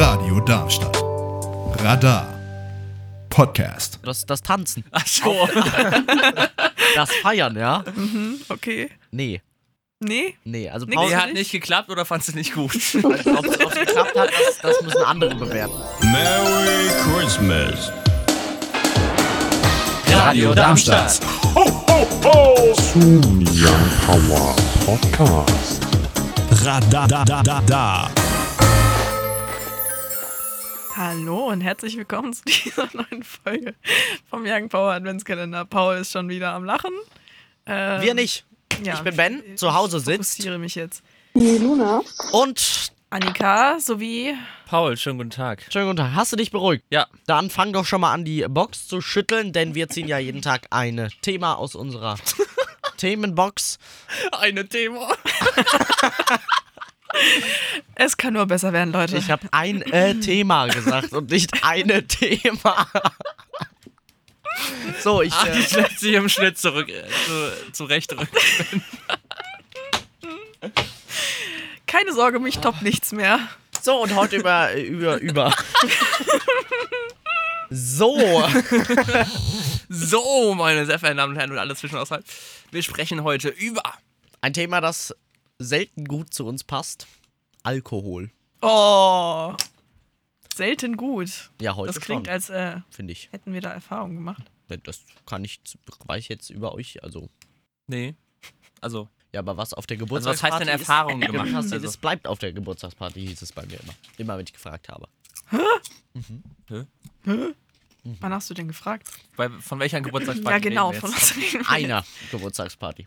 Radio Darmstadt. Radar. Podcast. Das, das Tanzen. Ach so. Das Feiern, ja? Okay. Nee, Nee? nee. Also Nee, Paul, Nee, ja. hat nicht geklappt oder fandst du nicht gut? ob es geklappt hat, das, das müssen andere bewerten. Merry Christmas. Radio Darmstadt. Radadadada. Hallo und herzlich willkommen zu dieser neuen Folge vom Young Power Adventskalender. Paul ist schon wieder am Lachen. Ähm, Wir nicht. ja, Ich bin Ben, zu Hause Ich sitzt fokussiere mich jetzt. und. Annika sowie Paul, schönen guten Tag. Schönen guten Tag. Hast du dich beruhigt? Ja, Dann fang doch schon mal an, die Box zu schütteln, denn wir ziehen ja jeden Tag ein Thema aus unserer Themenbox. eine Thema. es kann nur besser werden, Leute. Ich habe ein äh, Thema gesagt und nicht eine Thema. So, ich. Ah, Äh, ich lässt sich im Schnitt zurück, äh, zu, zurechtrücken. Keine Sorge, mich toppt nichts mehr. so, und heute über. äh, Über. über. So. So, meine sehr verehrten Damen und Herren und alle zwischen außerhalb. Wir sprechen heute über. Ein Thema, das selten gut zu uns passt. Alkohol. Oh. Selten gut. Ja, heute Das klingt, schon, als äh, finde ich. hätten wir da Erfahrung gemacht. Das kann ich, weiß ich jetzt über euch, also... Nee. Also, Ja, aber was auf der also was Geburtstagsparty heißt denn ist- Erfahrung gemacht hast? Also. Also, Das bleibt auf der Geburtstagsparty, hieß es bei mir immer. Immer, wenn ich gefragt habe. Mhm. Wann hast du denn gefragt? bei, von welcher Geburtstagsparty? ja, genau. reden wir Von jetzt? was reden wir? Einer Geburtstagsparty.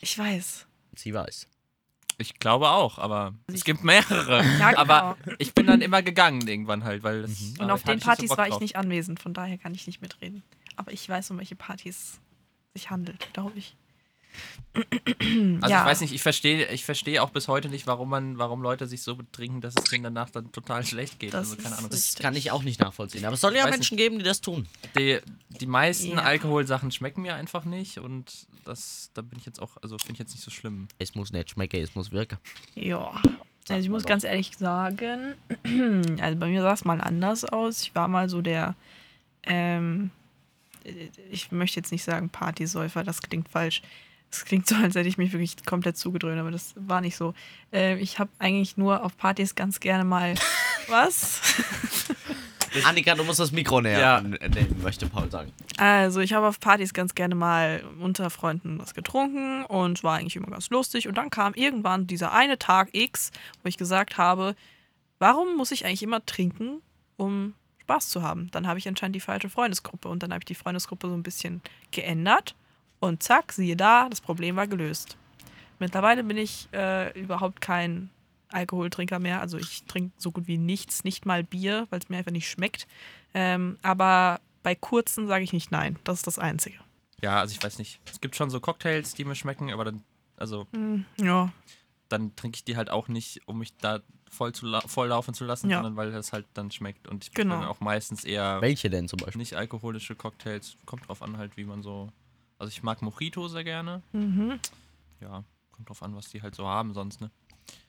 Ich weiß. Sie weiß. Ich glaube auch, aber es gibt mehrere. Ja, genau. Mhm. Aber ich bin dann immer gegangen irgendwann halt, weil das Und ah, auf ich hatte den nicht so Partys Bock war ich drauf. nicht anwesend, von daher kann ich nicht mitreden. Aber ich weiß, um welche Partys es sich handelt, glaube ich. Also ja. ich weiß nicht, ich verstehe ich verstehe auch bis heute nicht, warum man warum Leute sich so betrinken, dass es denen danach dann total schlecht geht. Das also keine ist Ahnung. richtig. Das kann ich auch nicht nachvollziehen. Aber es soll ja Weiß Menschen geben, die das tun. Die, die meisten Ja. Alkoholsachen schmecken mir einfach nicht und das da bin ich jetzt auch, also finde ich jetzt nicht so schlimm. Es muss nicht schmecken, es muss wirken. Ja. Sag Also ich mal muss doch. ganz ehrlich sagen, also bei mir sah es mal anders aus. Ich war mal so der, ähm, ich möchte jetzt nicht sagen Partysäufer, das klingt falsch. Es klingt so, als hätte ich mich wirklich komplett zugedröhnt, aber das war nicht so. Ähm, ich habe eigentlich nur auf Partys ganz gerne mal was. Annika, du musst das Mikro näher Ja. an- annehmen, möchte Paul sagen. Also, ich habe auf Partys ganz gerne mal unter Freunden was getrunken und war eigentlich immer ganz lustig. Und dann kam irgendwann dieser eine Tag X, wo ich gesagt habe, warum muss ich eigentlich immer trinken, um Spaß zu haben? Dann habe ich anscheinend die falsche Freundesgruppe und dann habe ich die Freundesgruppe so ein bisschen geändert und zack, siehe da, das Problem war gelöst. Mittlerweile bin ich äh, überhaupt kein Alkoholtrinker mehr. Also ich trinke so gut wie nichts, nicht mal Bier, weil es mir einfach nicht schmeckt. Ähm, aber bei kurzen sage ich nicht nein. Das ist das Einzige. Ja, also ich weiß nicht. Es gibt schon so Cocktails, die mir schmecken, aber dann also Hm. Ja. dann trinke ich die halt auch nicht, um mich da voll zu la- voll laufen zu lassen, Ja. sondern weil das halt dann schmeckt und ich Genau. bin dann auch meistens eher Welche denn zum Beispiel? nicht alkoholische Cocktails, kommt drauf an halt, wie man so also ich mag Mojito sehr gerne. Mhm. Ja, kommt drauf an, was die halt so haben sonst, ne?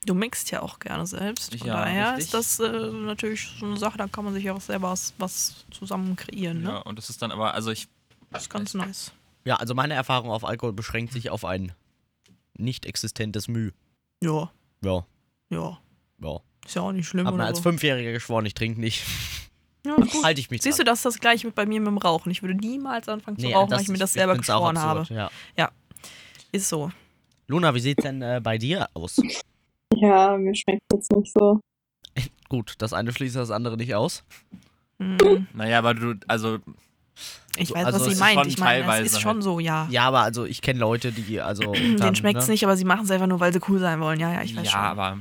Du mixt ja auch gerne selbst. Von Ja, daher richtig. ist das äh, natürlich so eine Sache, da kann man sich ja auch selber was, was zusammen kreieren. Ne? Ja, und das ist dann aber, also ich, Das ist ganz nice. Ja, also meine Erfahrung auf Alkohol beschränkt sich auf ein nicht existentes Müh. Ja, Ja, ja. ja. Ist ja auch nicht schlimm. Hab mir Oder als Halt so. Fünfjähriger geschworen, ich trinke nicht. ja, gut. Halte ich mich Siehst du, dran. das ist das gleiche mit bei mir mit dem Rauchen. Ich würde niemals anfangen zu rauchen, weil ich mir das selber find's auch geschworen habe. absurd, Ja. Ist so. Luna, wie sieht's denn äh, bei dir aus? Ja, mir schmeckt jetzt nicht so. Gut, das eine schließt das andere nicht aus. Mhm. naja, aber du, also Ich weiß, Also was es sie ist meint. schon Ich meine, teilweise es ist schon halt. so, ja. Ja, aber also ich kenne Leute, die also. dann, Denen schmeckt es ne? nicht, aber sie machen es einfach nur, weil sie cool sein wollen. Ja, ja, ich weiß ja, schon. aber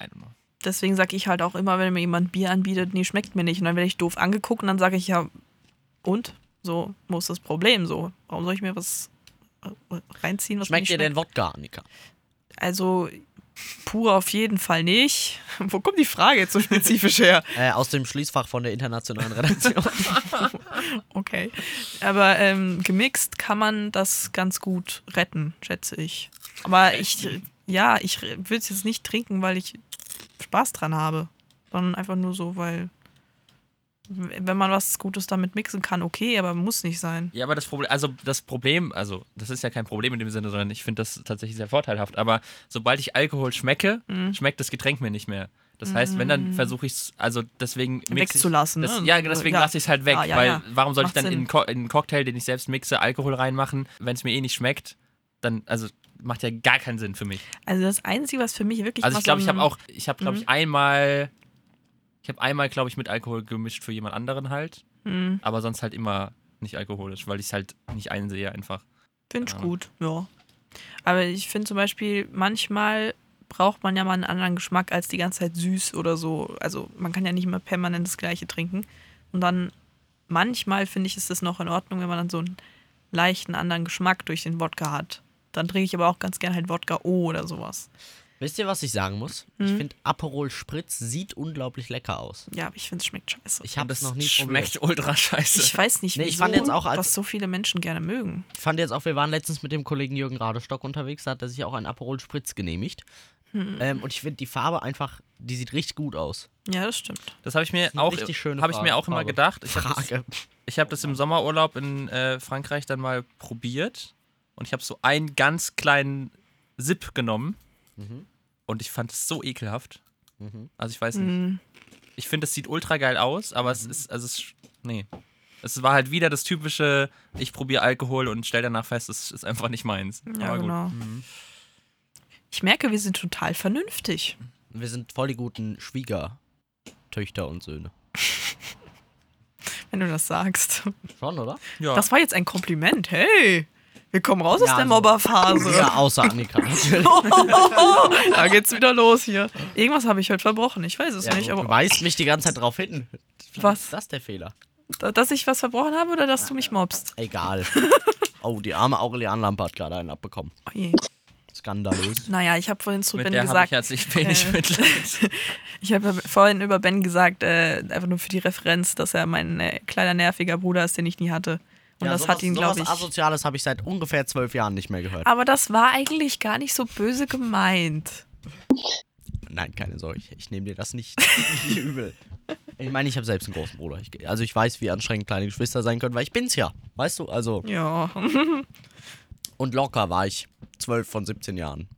I don't know. Deswegen sage ich halt auch immer, wenn mir jemand Bier anbietet, nee, schmeckt mir nicht. Und dann werde ich doof angeguckt und dann sage ich ja, und? So, wo ist das Problem? So, warum soll ich mir was äh, reinziehen, was mir Schmeckt nicht dir denn Wodka, Annika? Also, pur auf jeden Fall nicht. Wo kommt die Frage jetzt so spezifisch her? Äh, aus dem Schließfach von der internationalen Redaktion. Okay. Aber ähm, gemixt kann man das ganz gut retten, schätze ich. Aber ich ja, ich will es jetzt nicht trinken, weil ich Spaß dran habe, sondern einfach nur so, weil w- wenn man was Gutes damit mixen kann, okay, aber muss nicht sein. Ja, aber das Problem, also das Problem, also das ist ja kein Problem in dem Sinne, sondern ich finde das tatsächlich sehr vorteilhaft. Aber sobald ich Alkohol schmecke, Mhm. schmeckt das Getränk mir nicht mehr. Das heißt, wenn dann versuche ich es, also deswegen mix Wegzulassen, Ich, das, ne? Ja, deswegen Ja. lasse ich es halt weg, Ah, ja, weil ja. warum soll Macht ich dann in, Sinn. einen Co- in einen Cocktail, den ich selbst mixe, Alkohol reinmachen, wenn es mir eh nicht schmeckt? Dann, also macht ja gar keinen Sinn für mich. Also das Einzige, was für mich wirklich also ich was glaube, ich am- habe auch, ich habe glaube Mhm. ich einmal, ich habe einmal glaube ich mit Alkohol gemischt für jemand anderen halt, Hm, aber sonst halt immer nicht alkoholisch, weil ich es halt nicht einsehe einfach. Finde ich Ja. gut, ja. Aber ich finde zum Beispiel, manchmal braucht man ja mal einen anderen Geschmack als die ganze Zeit süß oder so. Also man kann ja nicht immer permanent das Gleiche trinken. Und dann manchmal finde ich, ist das noch in Ordnung, wenn man dann so einen leichten anderen Geschmack durch den Wodka hat. Dann trinke ich aber auch ganz gerne halt Wodka O oder sowas. Wisst ihr, was ich sagen muss? Ich Hm. finde, Aperol Spritz sieht unglaublich lecker aus. Ja, aber ich finde, es schmeckt scheiße. Ich habe Das es noch nie schmeckt probiert. ultra scheiße. Ich weiß nicht, Nee, wieso, ich fand jetzt auch als- dass so viele Menschen gerne mögen. Ich fand jetzt auch, wir waren letztens mit dem Kollegen Jürgen Radestock unterwegs, da hat er sich auch einen Aperol Spritz genehmigt. Hm. Ähm, und ich finde die Farbe einfach, die sieht richtig gut aus. Ja, das stimmt. Das habe ich mir Eine auch, richtig schöne habe ich mir Frage- auch immer Farbe. gedacht. Ich habe das, Frage. ich hab das im Sommerurlaub in äh, Frankreich dann mal probiert und ich habe so einen ganz kleinen Sip genommen Mhm. und ich fand es so ekelhaft. Mhm. Also ich weiß nicht. Mhm. Ich finde, es sieht ultra geil aus, aber es ist, also es, sch- nee. Es war halt wieder das typische, ich probiere Alkohol und stell danach fest, es ist einfach nicht meins. Ja, aber genau. Mhm. Ich merke, wir sind total vernünftig. Wir sind voll die guten Schwiegertöchter und Söhne. wenn du das sagst. Schon, oder? Ja. Das war jetzt ein Kompliment. Hey, wir kommen raus aus Ja, der so. Mobberphase. Ja, außer Annika natürlich. da geht's wieder los hier. Irgendwas habe ich heute verbrochen. Ich weiß es Ja, nicht, du aber weist mich die ganze Zeit drauf hin. Vielleicht Was? Ist das der Fehler? dass ich was verbrochen habe oder dass du mich mobst. Egal. oh, die arme Aurelian Lampe hat gerade einen abbekommen. Oh je. Skandalös. Naja, ich habe vorhin zu mit Ben der habe ich gesagt, herzlich wenig äh, Mitleid. ich habe vorhin über Ben gesagt, äh, einfach nur für die Referenz, dass er mein äh, kleiner nerviger Bruder ist, den ich nie hatte. Und Ja, das sowas- hat ihn, glaube sowas ich. Asoziales habe ich seit ungefähr zwölf Jahren nicht mehr gehört. Aber das war eigentlich gar nicht so böse gemeint. Nein, keine Sorge. ich- Ich nehme dir das nicht, nicht übel. Ich meine, ich habe selbst einen großen Bruder. Ich, also ich weiß, wie anstrengend kleine Geschwister sein können, weil ich bin's ja. Weißt du? Also Ja. und locker war ich zwölf von 17 Jahren.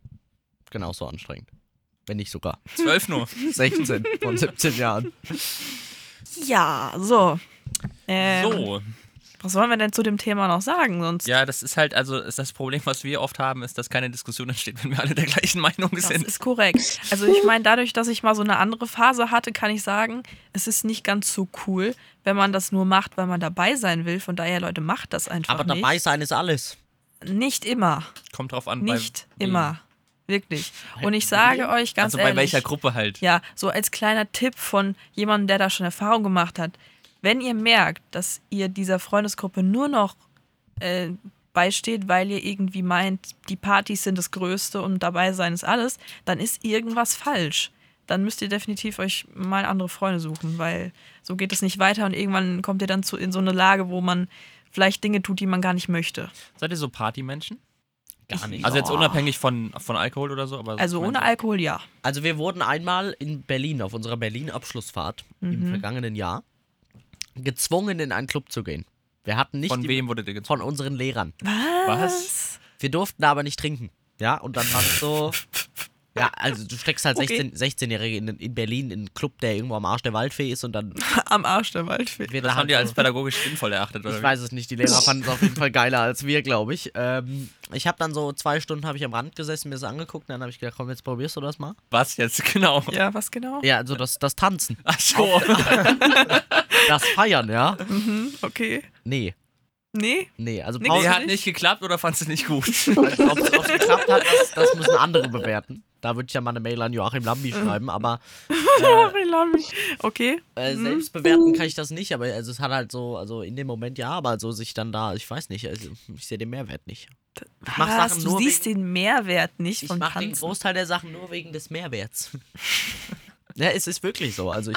Genauso anstrengend. Wenn nicht sogar Zwölf nur. 16 von 17 Jahren. Ja, so. Ähm, So. Was wollen wir denn zu dem Thema noch sagen? Sonst Ja, das ist halt, also ist das Problem, was wir oft haben, ist, dass keine Diskussion entsteht, wenn wir alle der gleichen Meinung Das sind. ist korrekt. Also ich meine, dadurch, dass ich mal so eine andere Phase hatte, kann ich sagen, es ist nicht ganz so cool, wenn man das nur macht, weil man dabei sein will. Von daher, Leute, macht das einfach Aber dabei sein ist alles. nicht. Nicht immer. Kommt drauf an, Nicht bei wem. immer. Wirklich. Und ich sage euch ganz Also bei ehrlich. welcher Gruppe halt. Ja, so als kleiner Tipp von jemandem, der da schon Erfahrung gemacht hat. Wenn ihr merkt, dass ihr dieser Freundesgruppe nur noch äh, beisteht, weil ihr irgendwie meint, die Partys sind das Größte und dabei sein ist alles, dann ist irgendwas falsch. Dann müsst ihr definitiv euch mal andere Freunde suchen, weil so geht es nicht weiter und irgendwann kommt ihr dann zu, in so eine Lage, wo man vielleicht Dinge tut, die man gar nicht möchte. Seid ihr so Partymenschen? Gar nicht. Also jetzt Boah. unabhängig von, von Alkohol oder so, aber Also ohne Alkohol. Alkohol ja. Also wir wurden einmal in Berlin auf unserer Berlin-Abschlussfahrt im vergangenen Jahr gezwungen, in einen Club zu gehen. Wir hatten nicht Von die- wem wurde der gezwungen? von unseren Lehrern. Was? Wir durften aber nicht trinken. Ja, und dann war es so. Ja, also du steckst halt Okay. 16 16-Jährige in, in Berlin in einen Club, der irgendwo am Arsch der Waldfee ist und dann Am Arsch der Waldfee. wird da Das haben halt die als pädagogisch sinnvoll erachtet, oder? Ich wie? weiß es nicht, die Lehrer fanden es auf jeden Fall geiler als wir, glaube ich. Ähm, ich habe dann so zwei Stunden habe ich am Rand gesessen, mir das angeguckt und dann habe ich gedacht, komm, jetzt probierst du das mal. Was jetzt, genau. Ja, was genau? Ja, also das, das Tanzen, Ach so. das Feiern, ja. Okay. Nee, Nee? nee, also Nix. Paul, Nee, hat nicht geklappt oder fandst du nicht gut? ob es geklappt hat, das, das müssen andere bewerten. Da würde ich ja mal eine Mail an Joachim Lambi schreiben, aber I love it. Oh, Okay. äh, selbst bewerten kann ich das nicht, aber also es hat halt so, also in dem Moment ja, aber so sich dann da, ich weiß nicht, also ich sehe den Mehrwert nicht. Ich mach Was? Sachen Ah, du nur siehst wegen, den Mehrwert nicht ich von mach den Tanzen. Großteil der Sachen nur wegen des Mehrwerts. ja, es ist wirklich so, also ich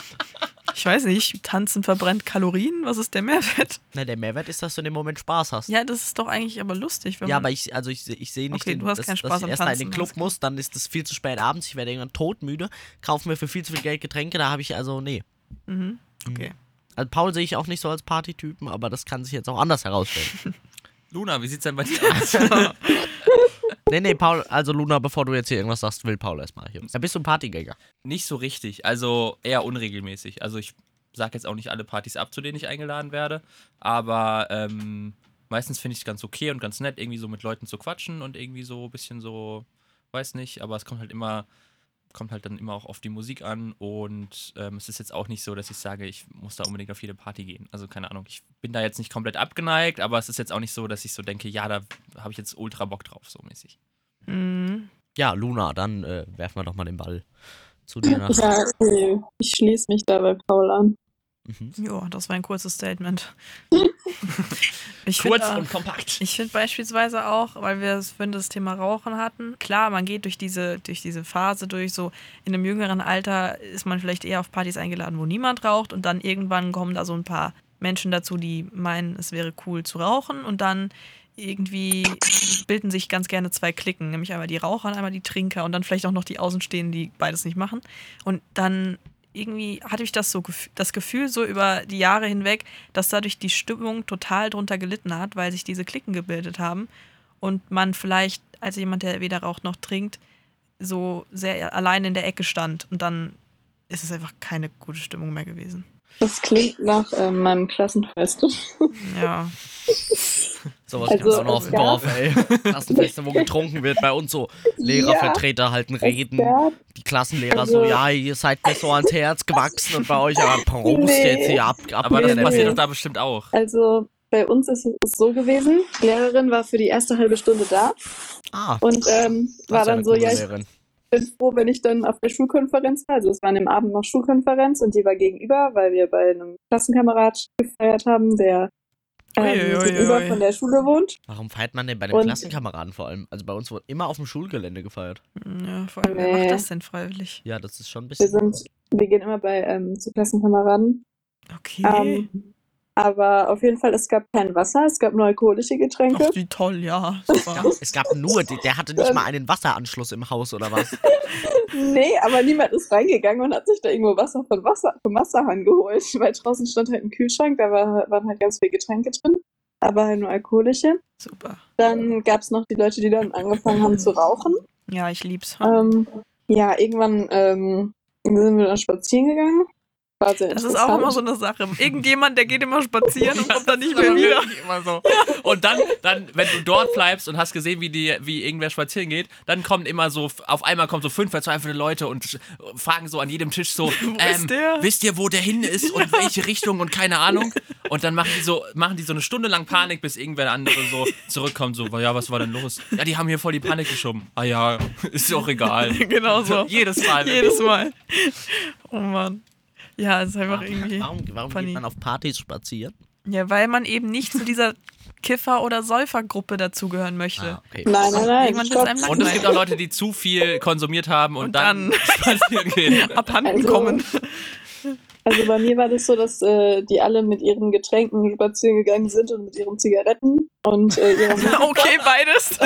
Ich weiß nicht, tanzen verbrennt Kalorien, was ist der Mehrwert? Na, der Mehrwert ist, dass du in dem Moment Spaß hast. Ja, das ist doch eigentlich aber lustig, wenn Ja, man aber ich, also ich, se- ich sehe nicht, Okay, den, du hast dass, keinen dass Spaß ich am erstmal in den Tanzen, Club alles muss, dann ist es viel zu spät abends, ich werde irgendwann todmüde, kaufe mir für viel zu viel Geld Getränke, da habe ich also, nee. Mhm. Okay. Also Paul sehe ich auch nicht so als Partytypen, aber das kann sich jetzt auch anders herausstellen. Luna, wie sieht's denn bei dir aus? nee, nee, Paul, also Luna, bevor du jetzt hier irgendwas sagst, will Paul erstmal hier. Da bist du ein Partygänger. Nicht so richtig, also eher unregelmäßig. Also ich sage jetzt auch nicht alle Partys ab, zu denen ich eingeladen werde, aber ähm, meistens finde ich es ganz okay und ganz nett, irgendwie so mit Leuten zu quatschen und irgendwie so ein bisschen so, weiß nicht, aber es kommt halt immer, kommt halt dann immer auch auf die Musik an und ähm, es ist jetzt auch nicht so, dass ich sage, ich muss da unbedingt auf jede Party gehen. Also keine Ahnung, ich bin da jetzt nicht komplett abgeneigt, aber es ist jetzt auch nicht so, dass ich so denke, ja, da habe ich jetzt ultra Bock drauf, so mäßig. Mhm. Ja, Luna, dann äh, werfen wir doch mal den Ball zu dir nach. Ja, okay. Ich schließe mich da bei Paul an. Mhm. Ja, das war ein kurzes Statement. ich find, Kurz äh, und kompakt. Ich finde beispielsweise auch, weil wir es wenn das Thema Rauchen hatten, klar, man geht durch diese, durch diese Phase durch, so in einem jüngeren Alter ist man vielleicht eher auf Partys eingeladen, wo niemand raucht und dann irgendwann kommen da so ein paar Menschen dazu, die meinen, es wäre cool zu rauchen und dann irgendwie bilden sich ganz gerne zwei Klicken, nämlich einmal die Raucher und einmal die Trinker und dann vielleicht auch noch die Außenstehenden, die beides nicht machen. Und dann irgendwie hatte ich das so gef- das Gefühl so über die Jahre hinweg, dass dadurch die Stimmung total drunter gelitten hat, weil sich diese Klicken gebildet haben und man vielleicht als jemand, der weder raucht noch trinkt, so sehr allein in der Ecke stand und dann ist es einfach keine gute Stimmung mehr gewesen. Das klingt nach ähm, meinem Klassenfest. Ja, Sowas Also, gibt's auch noch auf es dem gab- Dorf, ey. Klassenfeste, wo getrunken wird, bei uns so. Lehrervertreter halten Reden. Es gab- Die Klassenlehrer so, Also- ja, ihr seid mir so ans Herz gewachsen und bei euch, aber Prost Nee. jetzt hier ab. ab Aber das Nee, passiert nee. doch da bestimmt auch. Also bei uns ist es so gewesen, die Lehrerin war für die erste halbe Stunde da Ah, und ähm, das war ist ja dann eine so, coole ja, ich Lehrerin. bin froh, wenn ich dann auf der Schulkonferenz war. Also es war an dem Abend noch Schulkonferenz und die war gegenüber, weil wir bei einem Klassenkamerad gefeiert haben, der ähm, Uiuiui. gegenüber von der Schule wohnt. Warum feiert man denn bei den Und- Klassenkameraden vor allem? Also bei uns wurde immer auf dem Schulgelände gefeiert. ja vor allem, wer Nee. macht das denn freiwillig? Ja, das ist schon ein Wir bisschen. sind, wir gehen immer bei ähm, zu Klassenkameraden. Okay. Mhm. Ähm, aber auf jeden Fall, es gab kein Wasser, es gab nur alkoholische Getränke. Ach, die toll, ja. es, Super. gab, es gab nur, die- der hatte nicht mal einen Wasseranschluss im Haus oder was. Nee, aber niemand ist reingegangen und hat sich da irgendwo Wasser von Wasser, vom Wasserhahn geholt, weil draußen stand halt ein Kühlschrank, da war, waren halt ganz viele Getränke drin, aber halt nur alkoholische. Super. Dann gab es noch die Leute, die dann angefangen haben zu rauchen. Ja, ich lieb's. Ähm, ja, irgendwann ähm, sind wir dann spazieren gegangen. War sehr Das ist auch immer so interessant. eine Sache. Irgendjemand, der geht immer spazieren und kommt dann nicht mehr wieder. Wirklich Immer so. Und dann, dann, wenn du dort bleibst und hast gesehen, wie, die, wie irgendwer spazieren geht, dann kommen immer so, auf einmal kommen so fünf verzweifelte Leute und sch- fragen so an jedem Tisch so, ähm, ist der? wisst ihr, wo der hin ist und welche Richtung und keine Ahnung. Und dann machen die so, machen die so eine Stunde lang Panik, bis irgendwer andere so zurückkommt, so, ja, was war denn los? Ja, die haben hier voll die Panik geschoben. Ah ja, ist doch egal. Genau so. Jedes Mal. ne? Jedes Mal. Oh Mann. Ja, es ist einfach irgendwie. Warum, warum funny. geht man auf Partys spazieren? Ja, weil man eben nicht zu dieser Kiffer- oder Säufergruppe dazugehören möchte. Ah, okay. Nein, nein, nein. Irgendwann wird's Stopp. einem Und es gibt auch Leute, die zu viel konsumiert haben und, Und dann, dann- spazieren gehen. Abhanden Also- kommen. Also bei mir war das so, dass äh, die alle mit ihren Getränken spazieren gegangen sind und mit ihren Zigaretten und äh, ihrer Okay, beides.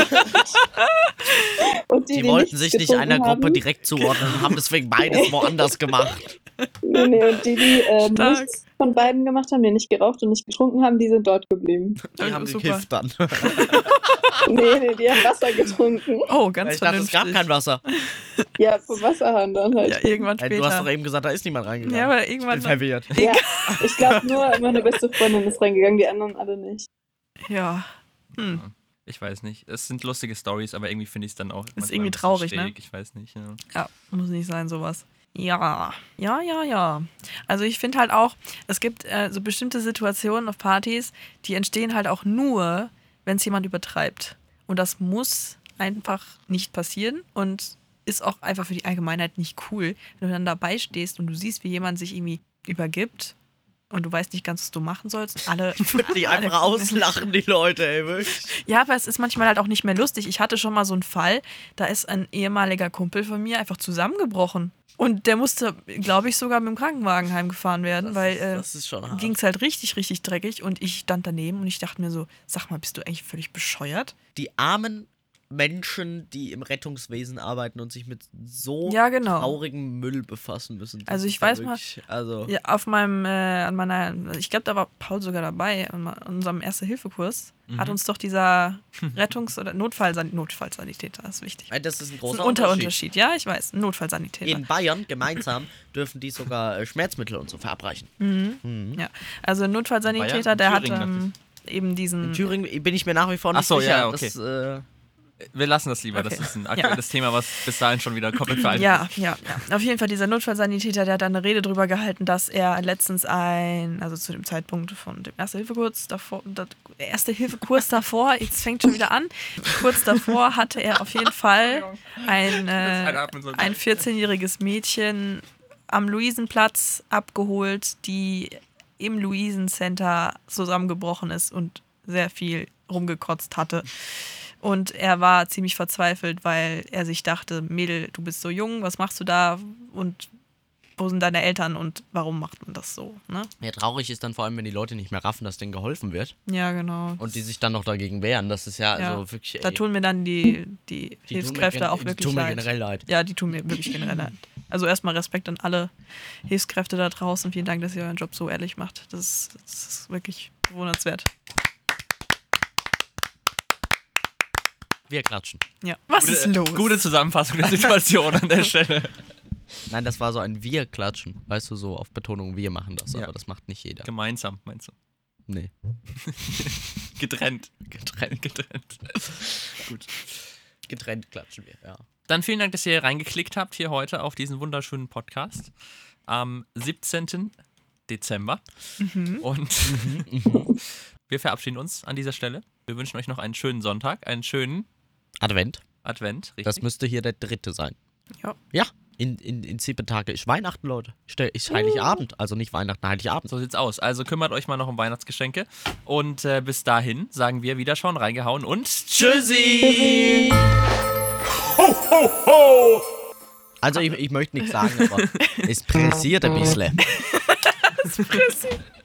und Die wollten sich nicht einer getrunken Gruppe haben, direkt zuordnen und haben deswegen beides woanders gemacht. Nee, nee, und die, die ähm, Stark. nichts von beiden gemacht haben, die nicht geraucht und nicht getrunken haben, die sind dort geblieben. Die haben Super. gekifft dann. nee, nee, die haben Wasser getrunken. Oh, ganz ich dachte, es vernünftig. gab kein Wasser. Ja, vom Wasserhahn dann ja, halt. irgendwann Ey, du hast doch später. eben gesagt, da ist niemand reingegangen. Ja, aber ich bin irgendwann. verwirrt. Ja, ich glaube nur, meine beste Freundin ist reingegangen, die anderen alle nicht. ja. Hm. Ich weiß nicht. Es sind lustige Stories, aber irgendwie finde ich es dann auch. manchmal irgendwie ein bisschen traurig, ne? schräg. Ich weiß nicht. Ja. Ja, muss nicht sein, sowas. Ja, ja, ja, ja. Also ich finde halt auch, es gibt äh, so bestimmte Situationen auf Partys, die entstehen halt auch nur, wenn es jemand übertreibt. Und das muss einfach nicht passieren und ist auch einfach für die Allgemeinheit nicht cool, wenn du dann dabei stehst und du siehst, wie jemand sich irgendwie übergibt und du weißt nicht ganz, was du machen sollst. Alle, Ich würde dich alle- einfach auslachen, die Leute, ey, wirklich. Ja, aber es ist manchmal halt auch nicht mehr lustig. Ich hatte schon mal so einen Fall, da ist ein ehemaliger Kumpel von mir einfach zusammengebrochen. Und der musste, glaube ich, sogar mit dem Krankenwagen heimgefahren werden, Das weil ist- äh, das ist schon hart. ging es halt richtig, richtig dreckig. Und ich stand daneben und ich dachte mir so, sag mal, bist du eigentlich völlig bescheuert? Die armen Menschen, die im Rettungswesen arbeiten und sich mit so Ja, genau. traurigem Müll befassen müssen. das Also ich ist ja weiß mal- wirklich- Also, Ja, auf meinem, äh, an meiner, ich glaube, da war Paul sogar dabei, an ma- an unserem Erste-Hilfe-Kurs, Mhm. hat uns doch dieser Rettungs- oder Notfallsan Notfallsanitäter, das ist wichtig. Ey, Äh, das ist ein Das ist großer ein genau. Unterschied. Unterunterschied, ja, ich weiß, ein Notfallsanitäter. In Bayern gemeinsam dürfen die sogar äh, Schmerzmittel und so verabreichen. Ja, also ein Notfallsanitäter, Bayern? der hat Thüringen, ähm, eben diesen. In Thüringen äh, bin ich mir nach wie vor Ach nicht so, sicher. ja, okay. Das, äh, Wir lassen das lieber. Das Okay. ist ein aktuelles Thema, was bis dahin schon wieder komplett veraltet ist. Ja, ja, ja. Auf jeden Fall, dieser Notfallsanitäter, der hat da eine Rede drüber gehalten, dass er letztens ein, also zu dem Zeitpunkt von dem Erste-Hilfe-Kurs davor, das- Erste-Hilfe-Kurs davor, jetzt fängt schon wieder an, kurz davor hatte er auf jeden Fall ein, äh, einatmen, so. ein 14-jähriges Mädchen am Luisenplatz abgeholt, die im Luisen-Center zusammengebrochen ist und sehr viel rumgekotzt hatte. Und er war ziemlich verzweifelt, weil er sich dachte, Mädel, du bist so jung, was machst du da? Und wo sind deine Eltern und warum macht man das so? Ne? ja, traurig ist dann vor allem, wenn die Leute nicht mehr raffen, dass denen geholfen wird Ja, genau. und die sich dann noch dagegen wehren. Das ist ja, Ja. also wirklich. da ey, tun mir dann die, die die, tun mir Hilfskräfte gen- auch die wirklich tun mir leid. generell leid. Ja, die tun mir wirklich generell leid. Also erstmal Respekt an alle Hilfskräfte da draußen. Vielen Dank, dass ihr euren Job so ehrlich macht. Das ist, das ist wirklich bewundernswert. Wir klatschen. Ja. Was ist los? Gute Zusammenfassung der Situation an der Stelle. Nein, das war so ein Wir klatschen. Weißt du, so auf Betonung, wir machen das, Ja. aber das macht nicht jeder. Gemeinsam, meinst du? Nee. Getrennt. Getrennt, Getrennt. Gut. getrennt klatschen wir, ja. Dann vielen Dank, dass ihr hier reingeklickt habt hier heute auf diesen wunderschönen Podcast am 17. Dezember. Mhm. Und wir verabschieden uns an dieser Stelle. Wir wünschen euch noch einen schönen Sonntag, einen schönen Advent, Advent. Richtig. das müsste hier der dritte sein. Ja. Ja, in, in, in sieben Tagen ist Weihnachten, Leute. Ich stell- Ist Heiligabend, also nicht Weihnachten, Heiligabend. so sieht's aus. Also kümmert euch mal noch um Weihnachtsgeschenke. Und äh, bis dahin sagen wir wieder schauen, reingehauen und Tschüssi! Also ich, ich möchte nichts sagen, aber es pressiert ein bisschen. Grüß dich.